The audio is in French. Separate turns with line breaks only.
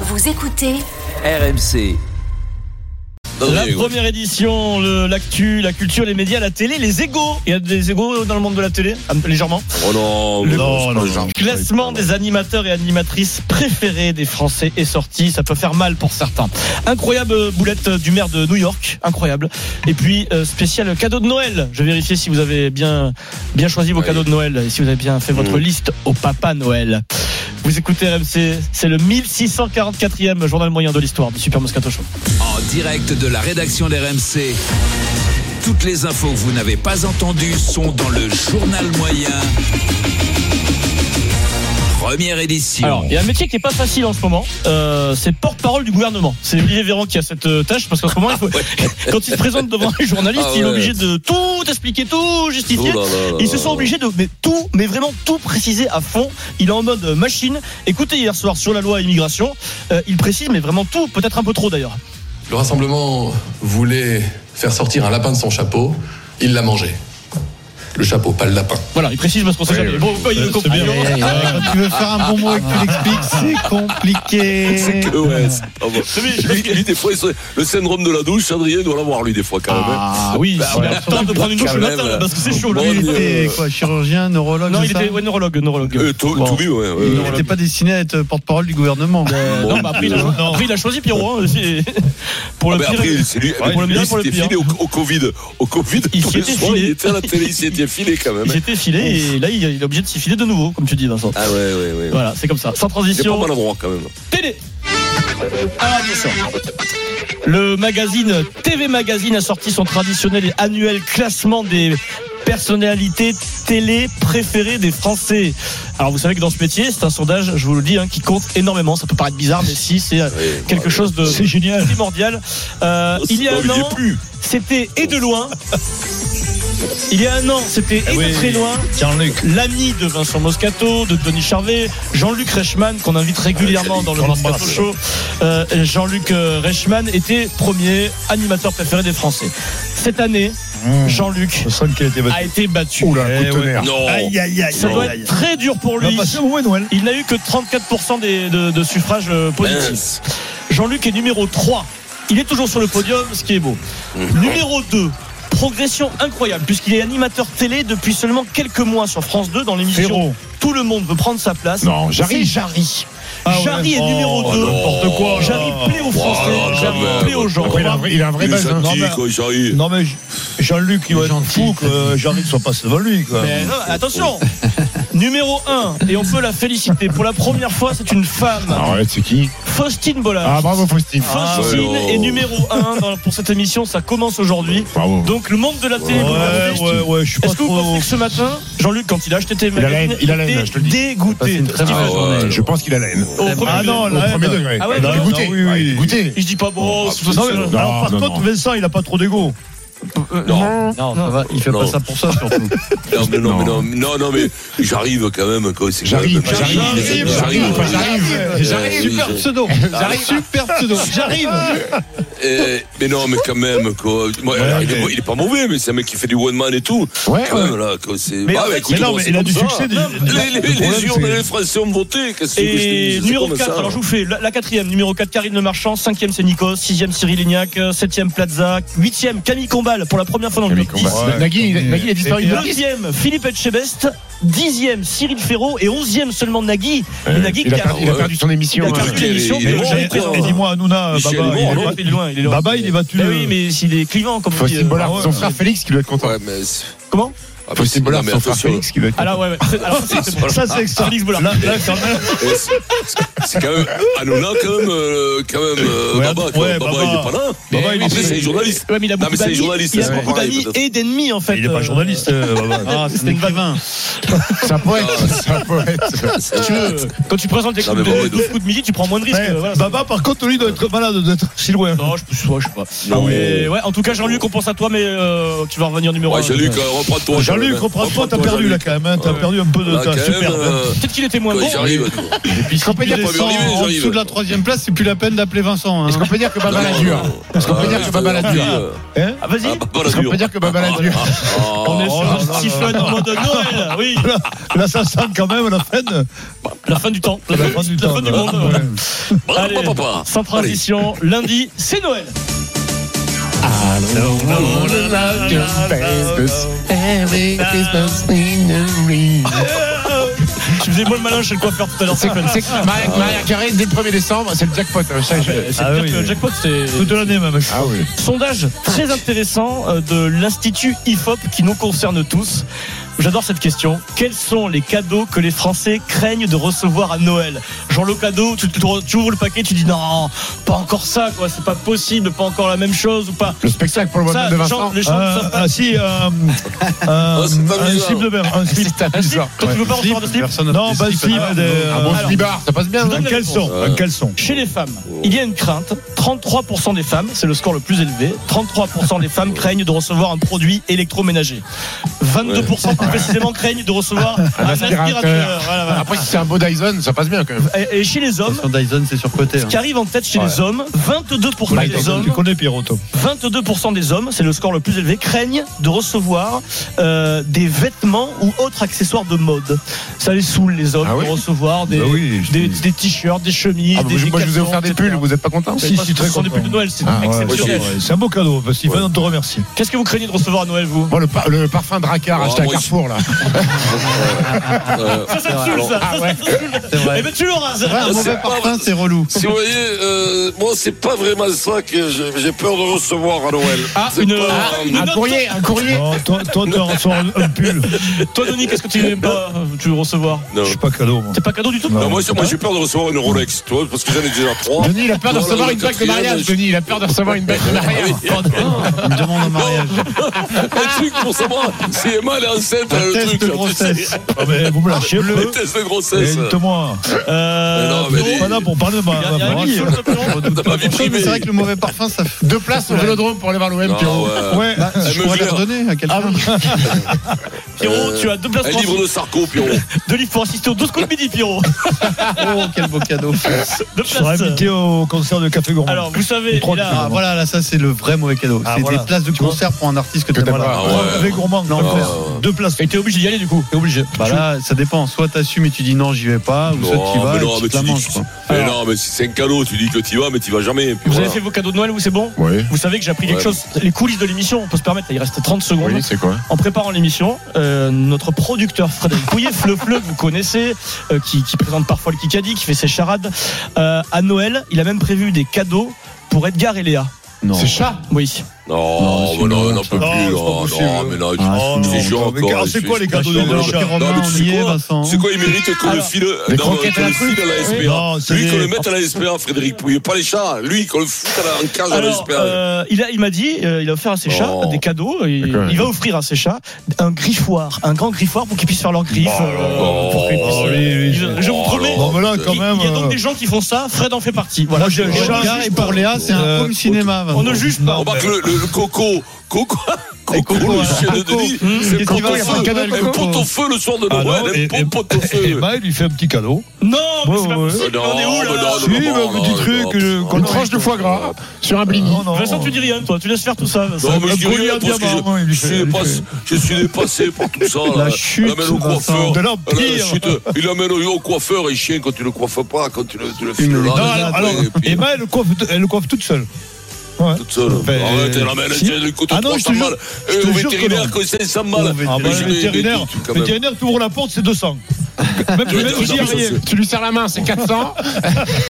Vous écoutez
RMC. Ah
La première édition, le- l'actu, la culture, les médias, la télé, les égaux. Il y a des égaux dans le monde de la télé, un peu légèrement.
Oh non,
Le-
mais bon, c'est pas
non,
le genre.
non. Classement des animateurs et animatrices préférés des Français est sorti. Ça peut faire mal pour certains. Incroyable boulette du maire de New York. Incroyable. Et puis, euh, spécial cadeau de Noël. Je vais vérifier si vous avez bien, bien choisi vos
Ah Oui.
cadeaux de Noël et si vous avez bien fait votre
Mmh.
liste au Papa Noël. Vous écoutez RMC, c'est le 1644e journal moyen de l'histoire du Super Moscato Show.
En direct de la rédaction d'RMC. Toutes les infos que vous n'avez pas entendues sont dans le journal moyen. Première édition.
Alors, il y a un métier qui est pas facile en ce moment. Euh, c'est porte-parole du gouvernement. C'est Olivier Véran qui a cette euh, tâche parce qu'en ce moment,
Ah
il faut- quand il se présente devant les journalistes,
Ah
il est
ouais.
obligé de tout expliquer, tout justifier.
Oh là là là
Ils se
là
sont
là.
obligés de mais tout, mais vraiment tout préciser à fond. Il est en mode euh, machine. Écoutez hier soir sur la loi immigration, euh, il précise mais vraiment tout, peut-être un peu trop d'ailleurs.
Le rassemblement voulait faire sortir un lapin de son chapeau. Il l'a mangé. Le chapeau, pas le lapin.
Voilà, il précise parce qu'on sait jamais. bon, il est compris.
Quand Eh, tu veux faire un bon mot et que tu l'expliques,
Ah.
c'est compliqué.
C'est que ouais. c'est pas bon.
Oui, je pense
Lui, lui, des fois, il se- le syndrome de la douche, Adrien doit l'avoir, lui, des fois, quand même.
Ah,
Ah oui,
Bah,
il
voilà.
a le temps de prendre une douche le
Quand même, euh,
matin là, parce que c'est chaud.
bon,
lui.
Il
Dieu.
était quoi, chirurgien, neurologue
Non,
c'est
il
ça
était ouais, neurologue, neurologue.
Euh, to-
Bon.
to be, ouais, ouais.
Il n'était pas destiné à être porte-parole du gouvernement.
Bon,
non, bah, après, il a,
euh,
après, il a choisi Pierrot. hein, c'est- pour
Ah,
le
mais
pire,
après, c'est lui,
Ouais, pour le
lui,
bien,
il
pour le
s'était
pire.
filé au, au Covid. Au Covid,
Il
tous
s'y
les
était
soirs,
filé.
il était à la télé, il s'y était filé quand même. hein.
il s'était filé et là, il est obligé de s'y filer de nouveau, comme tu dis, Vincent.
Ah ouais, ouais, ouais.
Voilà, c'est comme ça. Sans
Il est pas
transition,
maladroit quand même.
télé. Alors, attention. Le magazine TV Magazine a sorti son traditionnel et annuel classement des personnalités télé préférées des Français. Alors vous savez que dans ce métier, c'est un sondage, je vous le dis, hein, qui compte énormément. Ça peut paraître bizarre, mais si, c'est euh,
Ouais,
quelque
ouais.
chose de génial. primordial. Euh, il y a
Non,
un
il y
an,
est
c'était et de loin. Il y a un an, c'était et de très loin. L'ami de Vincent Moscato, de Denis Charvet, Jean-Luc Reichmann, qu'on invite régulièrement dans le Moscato Show. Euh, Jean-Luc euh, Reichmann était premier animateur préféré des Français. Cette année, Jean-Luc
Bah,
a été battu. Eh Ah,
Non.
Ça doit être très dur pour lui. Il n'a eu que 34% des, de, de suffrages euh, positifs.
Mince.
Jean-Luc est numéro 3. Il est toujours sur le podium, ce qui est beau.
Mhm.
Numéro 2. Progression incroyable, puisqu'il est animateur télé depuis seulement quelques mois sur France 2 dans l'émission Tout le monde veut prendre sa place. Non, Jarry. Ah Oh, Jarry. Jarry est numéro 2.
n'importe quoi.
Jarry plaît aux Français,
Oh, quand
Jarry
même.
plaît aux gens.
Après, il a un vrai- il a un vrai
Il est
buzz. hein.
gentil, quoi, Jean-Yves.
Non, mais Jean-Luc, il va être fou que Jean-Luc soit passé devant lui. Quoi.
Mais non, Euh, attention Numéro 1, et on peut la féliciter. Pour la première fois, c'est une femme.
Ah ouais, c'est qui
Faustine Bollard.
Ah, bravo, Faustine.
Faustine
ouais, oh.
est numéro 1 pour cette émission, ça commence aujourd'hui.
Bravo.
Donc le monde de la télé.
Ouais,
vous l'avez vu,
ouais, ouais, je suis pas
Est-ce que vous
trop.
pensez que ce matin, Jean-Luc, quand il a acheté tes
Il a la
magazines,
haine, il a la haine,
était
je te le dis.
dégoûté
C'est une très
Stephen.
bonne
journée.
Je pense qu'il a la haine.
Au premier
Ah
degré.
non, la haine. Au premier degré.
Ah ouais,
il
non,
est goûté.
non, oui, oui.
Ah, il est goûté.
Il se dit pas bon,
Ah,
c'est-
putain.
c'est-
Non,
Alors, par
non,
contre,
non.
Vincent, il a pas trop d'ego.
Non,
Non, ça va, il fait
Non.
pas ça pour ça, surtout.
non, mais non, mais non, non, non, mais j'arrive quand même. quoi, c'est quand
J'arrive,
même-
j'arrive,
Ah,
j'arrive, Euh,
j'arrive,
j'arrive.
j'arrive.
J'arrive.
Super pseudo. J'arrive. Super pseudo. J'arrive.
Eh, mais non, mais quand même, quoi. Moi, alors, il, est,
mais-
il est pas mauvais, mais c'est un mec qui fait du one man et tout.
Ouais,
Quand
ouais.
même, là, quoi, c'est.
Mais
Bah,
en fait,
bah, écoute,
mais non,
bon,
mais
c'est
il a
comme
du
ça.
succès, des-
Non, mais Les, les- les
problème,
urnes,
c'est-
les Français ont voté. Qu'est-ce que tu veux que je te
Et
dise, c'est
numéro
comme
4,
ça.
alors je vous fais la, la quatrième, numéro 4, Karine Le Marchand, cinquième c'est Nikos, sixième Cyril Lignac, euh, septième Plaza, huitième Camille Combal pour la première fois dans le top 10.
Nagui, il- Nagui, Ah, il a disparu. de la liste.
Deuxième, Philippe Etchebest, dixième Cyril Ferraud et onzième seulement Nagui. Et Nagui
Il a
qui a-
perdu- il a perdu son émission.
il a
ouais.
perdu
Michel,
l'émission,
il-
mais
il est
bon,
bon,
il est
encore.
présent.
Et dis-moi, Hanouna,
Michel
Baba,
est
il
mort,
est
non
pas-
Ouais, il est loin, il est loin.
Baba, il est battu.
Bah
euh,
oui, mais s'il est clivant, comme on dit.
Faustine
euh,
Bollard, son frère Félix qui doit être content.
Ouais, mais. c'est-
Comment
Ah, mais c'est-
Faustine
hein,
Bollard,
non, mais
son frère
attention.
Félix qui doit être
Ah là, ouais, ouais. Alors, ça, c'est bon.
Ça, c'est extra.
Félix Bollard.
Eh, c'est- C'est quand même. Hanouna, quand même. euh, Quand même. euh,
Ouais,
Baba, quand même,
ouais,
Baba,
Baba.
il est pas là.
Baba, il est-
Après, c'est les journalistes.
Ouais, mais il a
Non,
beaucoup
mais c'est les
d'amis,
journalistes,
il a
c'est pas
beaucoup
pareil,
d'amis
peut-être.
et d'ennemis en fait.
Il est pas
Euh,
journaliste, euh, Baba. Ah,
C'était une vanne.
Ça pourrait être. Ça pourrait être.
Si tu veux, quand tu présentes les
Non,
coups
mais bon,
de,
ouais,
douze coups de midi, tu prends moins de risques.
Ouais,
euh, voilà.
Baba, par contre, lui, doit être malade d'être si loin.
Non, je sais pas, je sais pas.
Non,
Mais ouais, en tout cas, Jean-Luc, on pense à toi, mais euh, tu vas revenir numéro
Ouais,
un.
Jean-Luc, euh, reprends ton.
Jean-Luc, Jean-Luc, reprends-toi, t'as perdu là quand même. hein, T'as
Ouais.
perdu un peu de
Là,
ta
quand même,
superbe.
euh,
Peut-être qu'il était moins
quoi,
bon.
J'arrive.
Puis
Est-ce qu'on peut dire
Il est pas
que sans-
arrivé,
en
j'arrive.
dessous de la troisième place, c'est plus la peine d'appeler Vincent. hein.
Est-ce qu'on peut dire que Baba la dure
Parce
qu'on peut dire que Baba l'a dure.
Ah, vas-y.
Est-ce qu'on peut dire que Baba la dure
On est
Oh
sur
là
un
là
petit
là
fun
là.
moment de Noël. Oui,
Là, ça sent quand même la fin de-
la fin du temps. La,
la fin du temps.
du
là.
monde.
Ouais.
Allez, sans transition, lundi, c'est Noël. Tu faisais moi le malin chez le coiffeur tout à l'heure.
C'est
C'est Ah fun.
c'est- Maria Maria Carré, dès le 1er décembre, c'est le jackpot. hein, ça, je-
C'est
Ah
dire
oui.
que le jackpot, c'est Ah
Toute l'année même. je-
Sondage très intéressant euh, de l'Institut IFOP qui nous concerne tous. J'adore cette question. Quels sont les cadeaux que les Français craignent de recevoir à Noël Genre le cadeau, tu, tu- tu ouvres le paquet, tu dis non, pas encore ça, quoi, c'est pas possible, pas encore la même chose ou pas.
Le spectacle pour le
Ça,
bonhomme de
les
Vincent.
gens, les gens ne
Euh,
savent pas.
Ah si, euh, euh,
Oh, c'est pas
un
bizarre.
slip de bain. Un slip.
C'est amusant.
Quand tu veux pas recevoir de slip,
Personne n'a
Non,
fait
pas un
slip,
slip.
alors.
des,
Un Ah bon
euh,
alors,
slibard, ça passe bien.
je
hein.
Un
donne la réponse.
caleçon. Un caleçon.
Chez les femmes, il y a une crainte. 33% des femmes, c'est le score le plus élevé, 33% des femmes craignent de recevoir un produit électroménager. 22% plus précisément craignent de recevoir un aspirateur. Voilà, voilà.
Après, si c'est un beau Dyson, ça passe bien quand même.
Et, et chez les hommes,
Attention, Dyson, c'est surcoté. hein.
qui arrive en tête chez les hommes, 22% des
Tu
hommes,
connais Pierrot.
22% des hommes, c'est le score le plus élevé, craignent de recevoir euh, des vêtements ou autres accessoires de mode. Ça les saoule les hommes
Ah oui
de recevoir des,
Bah oui, je
des,
dis-
des t-shirts, des chemises,
Ah,
des
vous- moi, je vous ai
caleçons,
offert des
etc.
pulls, vous êtes pas content
Si, je suis très
Ah, Ce sont des
content.
pulls de Noël, c'est
Ah, ouais,
exceptionnel.
ouais.
C'est un beau cadeau, Stephen, on te remercie.
Qu'est-ce que vous craignez de recevoir à Noël, vous
Moi, le, par- le parfum Dracar
Oh,
acheté à
moi,
Carrefour, là.
Ça, ça te saoule, ça. Ça, ça te saoule.
C'est vrai.
Eh ben, tu l'auras, ça.
Ouais, un
C'est
mauvais
pas
parfum,
vrai.
c'est relou.
Si vous voyez, euh, moi, c'est pas vraiment ça que j'ai j'ai peur de recevoir à Noël.
Ah,
C'est
une-
pas-
ah, une-
Un courrier, un courrier.
Oh, toi, toi, tu reçois un un pull.
Euh.
Toi, Denis, qu'est-ce que tu n'aimes pas euh, Tu veux recevoir
Non.
Je suis pas cadeau, moi.
C'est pas cadeau du tout
Non, moi, c'est- moi, j'ai peur de recevoir une Rolex, tu vois, parce que j'en ai déjà trois.
Oh. Denis, il a peur de
Voilà,
recevoir
le
une bague de
quatrième,
mariage,
je-
Denis. Il a peur de recevoir une bague de
Ah,
mariage.
Il me demande en mariage.
Euh, Un truc pour savoir si Emma elle est enceinte, elle a
Un
le
test
truc.
de
là, tu sais.
grossesse.
Ah, mais vous me lâchez un
Le
peu.
test de
Eh,
grossesse.
Dites-moi.
Euh,
Non,
On
mais
est
les-
pas là pour parler de ma.
Il y a- il y a
ma-
un
ma-
hein.
lit sur le plan.
Dans ma
Oui,
vie
mais
privée.
c'est vrai que le mauvais parfum, ça fait.
Deux places au vélodrome pour aller voir l'OM,
Non,
Pierrot.
ouais.
Ouais,
Bah,
Elle
je
me
pourrais les
gère.
redonner à quelqu'un.
Pierrot, tu as deux places
Un
pour
livre
assister,
de Sarko, Pierrot.
deux livres pour assister aux 12 coups de midi, Pierrot.
Oh, quel beau cadeau.
Deux
je serais
places.
invité au concert de Café Gourmand.
Alors, vous savez,
Trois
là,
Ah, voilà, là, ça, c'est le vrai mauvais cadeau.
Ah,
c'est
voilà.
des places de concert pour un artiste que
Que
t'aimes
t'aimes
pas.
Ah
Trois
ouais.
Café Gourmand, deux
ouais,
places.
ouais.
Deux places.
hein. et t'es obligé d'y aller, du coup. T'es obligé.
Bah là, ça dépend. Soit t'assumes et tu dis non, j'y vais pas, ou soit tu y
Non,
vas
mais
et
non,
tu
mais
te la
tu dis
manges.
que-
quoi.
mais
Alors.
non, mais c'est un cadeau, tu dis que tu y vas, mais tu y vas jamais. puis
Vous
voilà.
avez fait vos cadeaux de Noël, vous, c'est bon
Oui.
Vous savez que j'ai appris quelque
Ouais.
chose. Les coulisses de l'émission, on peut se permettre, là, il reste 30 secondes.
Oui, c'est quoi
En préparant l'émission, euh, notre producteur Frédéric Pouillet, Fleu Fleu, que vous connaissez, euh, qui, qui présente parfois le Kikadi, qui fait ses charades, euh, à Noël, il a même prévu des cadeaux pour Edgar et Léa.
Non.
C'est chat.
Oui.
Non,
Non,
c'est
mais non,
une
on
honte,
n'en peut
ça. Non,
plus.
c'est pas
Non,
possible.
non, mais là,
Ah,
Oh,
c'est
non,
chiant,
mais
encore,
car- C'est
je
quoi
suis-
les cadeaux de
Non, mais
Noël
tu-
Jean-Pierre
non,
Romain,
mais tu sais
on y est,
quoi
Vincent.
C'est quoi, il mérite qu'on le file,
Les
non,
croquettes
qu'on
à
le
la
file à la SPA.
Non, c'est
Lui, qu'on
des-
le mette à la SPA, Frédéric Pouillet. Pas les chats. Lui, qu'on le foute à la, en cage à la
Alors,
SPA.
euh, il a- il m'a dit, euh, il a offert à ses chats
Oh.
des cadeaux. et Il,
D'accord.
va offrir à ses chats un griffoir, un grand griffoir pour qu'ils puissent faire leurs griffes. euh,
là.
pour qu'ils puissent-
Oh,
oui, oui,
je, je vous
Oh,
promets.
là.
Non, mais là,
Il
quand
il
même.
y a
euh,
donc des gens qui font ça. Fred en fait partie. Voilà.
Moi, j'ai un
Et on
chat.
ne
Edgar,
juge
et pour Léa, c'est un
Euh,
home cinéma.
pas.
Vincent.
On ne juge pas.
On remarque le, le, le coco. Coco. Coco, le chien de Denis.
Hum,
C'est
Qu'est-ce qu'il va y avoir
pot-au-feu.
un cadeau,
Un
Coco
pot-au-feu le soir de
Ah non,
Noël.
et-
Un pot-au-feu.
Emma, il lui fait un petit cadeau.
Non, mais c'est
Ouais,
pas
ouais.
possible. on est où là
Si, mais un petit truc, euh, qu'on
Une tranche de foie gras sur un blini.
Non, non.
Vincent, tu dis rien, toi. Tu laisses faire tout ça. Vincent.
Non, mais je
Un
dis
brûlé
rien
à
parce que
diamant, hein, il
je,
lui
je
fait-
suis
il lui
dépassé, je suis dépassé par tout ça.
La
là.
chute,
il amène au
Vincent,
coiffeur.
de
Ah,
l'empire.
la chute. il amène au, au coiffeur et chien quand tu le coiffes pas, quand tu le, tu le files
Non,
là.
alors, alors,
et puis,
Emma, elle le coiffe, elle le coiffe toute seule.
toute seule.
Ben,
Arrête, elle amène
si.
le couteau
Ah non, je
300
te jure-
balles.
je
Et
te
au
jure que
vétérinaire,
non.
que c'est 100 balles.
Ah bah,
Mais je
le
l'ai-
vétérinaire,
tu- quand même.
vétérinaire, tu ouvres la porte, c'est 200. Même, même
non,
tu dis
non,
rien.
c'est-
Tu lui serres la main, c'est 400.